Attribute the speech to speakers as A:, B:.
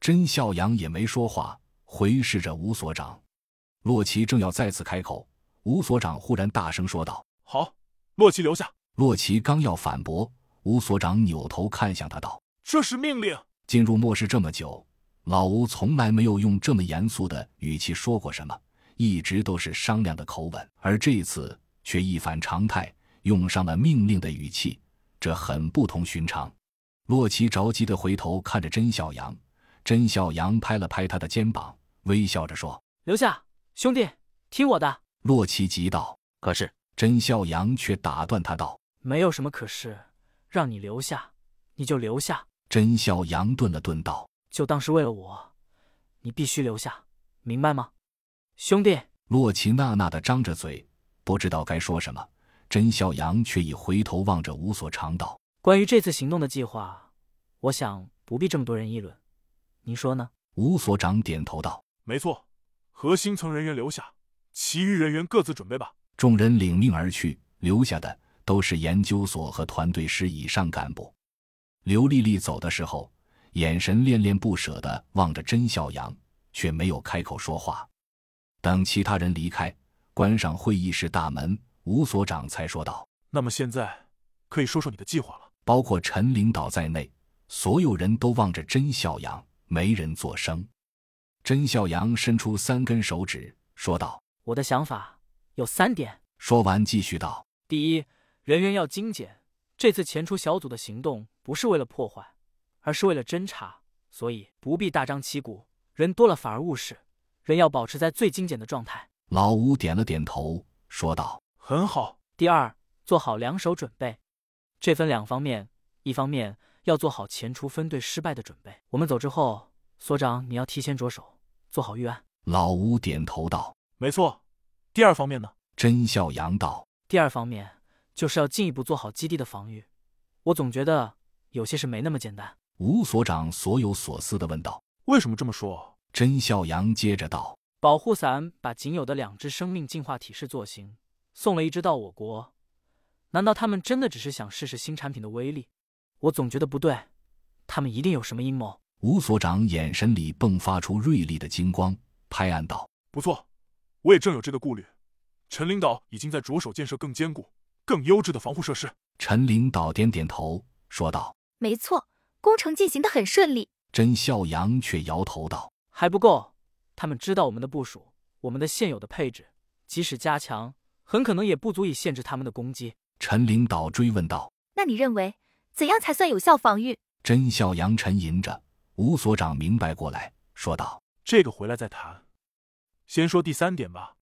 A: 甄孝阳也没说话，回视着吴所长。洛奇正要再次开口，吴所长忽然大声说道：“
B: 好，洛奇留下。”
A: 洛奇刚要反驳，吴所长扭头看向他道：“
B: 这是命令。”
A: 进入末世这么久，老吴从来没有用这么严肃的语气说过什么，一直都是商量的口吻，而这一次却一反常态，用上了命令的语气，这很不同寻常。洛奇着急的回头看着甄小阳，甄小阳拍了拍他的肩膀，微笑着说：“
C: 留下，兄弟，听我的。”
A: 洛奇急道：“
D: 可是？”
A: 甄小阳却打断他道：“
C: 没有什么可是，让你留下，你就留下。”
A: 甄小阳顿了顿，道：“
C: 就当是为了我，你必须留下，明白吗，兄弟？”
A: 洛奇娜娜的张着嘴，不知道该说什么。甄小阳却已回头望着吴所长道：“
C: 关于这次行动的计划，我想不必这么多人议论，您说呢？”
A: 吴所长点头道：“
B: 没错，核心层人员留下，其余人员各自准备吧。”
A: 众人领命而去，留下的都是研究所和团队师以上干部。刘丽丽走的时候，眼神恋恋不舍地望着甄小阳，却没有开口说话。等其他人离开，关上会议室大门，吴所长才说道：“
B: 那么现在可以说说你的计划了。”
A: 包括陈领导在内，所有人都望着甄小阳，没人作声。甄小阳伸出三根手指，说道：“
C: 我的想法有三点。”
A: 说完，继续道：“
C: 第一，人员要精简。”这次前出小组的行动不是为了破坏，而是为了侦查，所以不必大张旗鼓。人多了反而误事，人要保持在最精简的状态。
A: 老吴点了点头，说道：“
B: 很好。”
C: 第二，做好两手准备，这分两方面，一方面要做好前除分队失败的准备。我们走之后，所长你要提前着手做好预案。
A: 老吴点头道：“
B: 没错。”第二方面呢？
A: 甄笑阳道：“
C: 第二方面。”就是要进一步做好基地的防御，我总觉得有些事没那么简单。
A: 吴所长所有所思的问道：“
B: 为什么这么说？”
A: 甄笑阳接着道：“
C: 保护伞把仅有的两只生命进化体式做型，送了一只到我国。难道他们真的只是想试试新产品的威力？我总觉得不对，他们一定有什么阴谋。”
A: 吴所长眼神里迸发出锐利的金光，拍案道：“
B: 不错，我也正有这个顾虑。陈领导已经在着手建设更坚固。”更优质的防护设施。
A: 陈领导点点头，说道：“
E: 没错，工程进行的很顺利。”
A: 甄笑阳却摇头道：“
C: 还不够，他们知道我们的部署，我们的现有的配置，即使加强，很可能也不足以限制他们的攻击。”
A: 陈领导追问道：“
E: 那你认为怎样才算有效防御？”
A: 甄笑阳沉吟着，吴所长明白过来，说道：“
B: 这个回来再谈，先说第三点吧。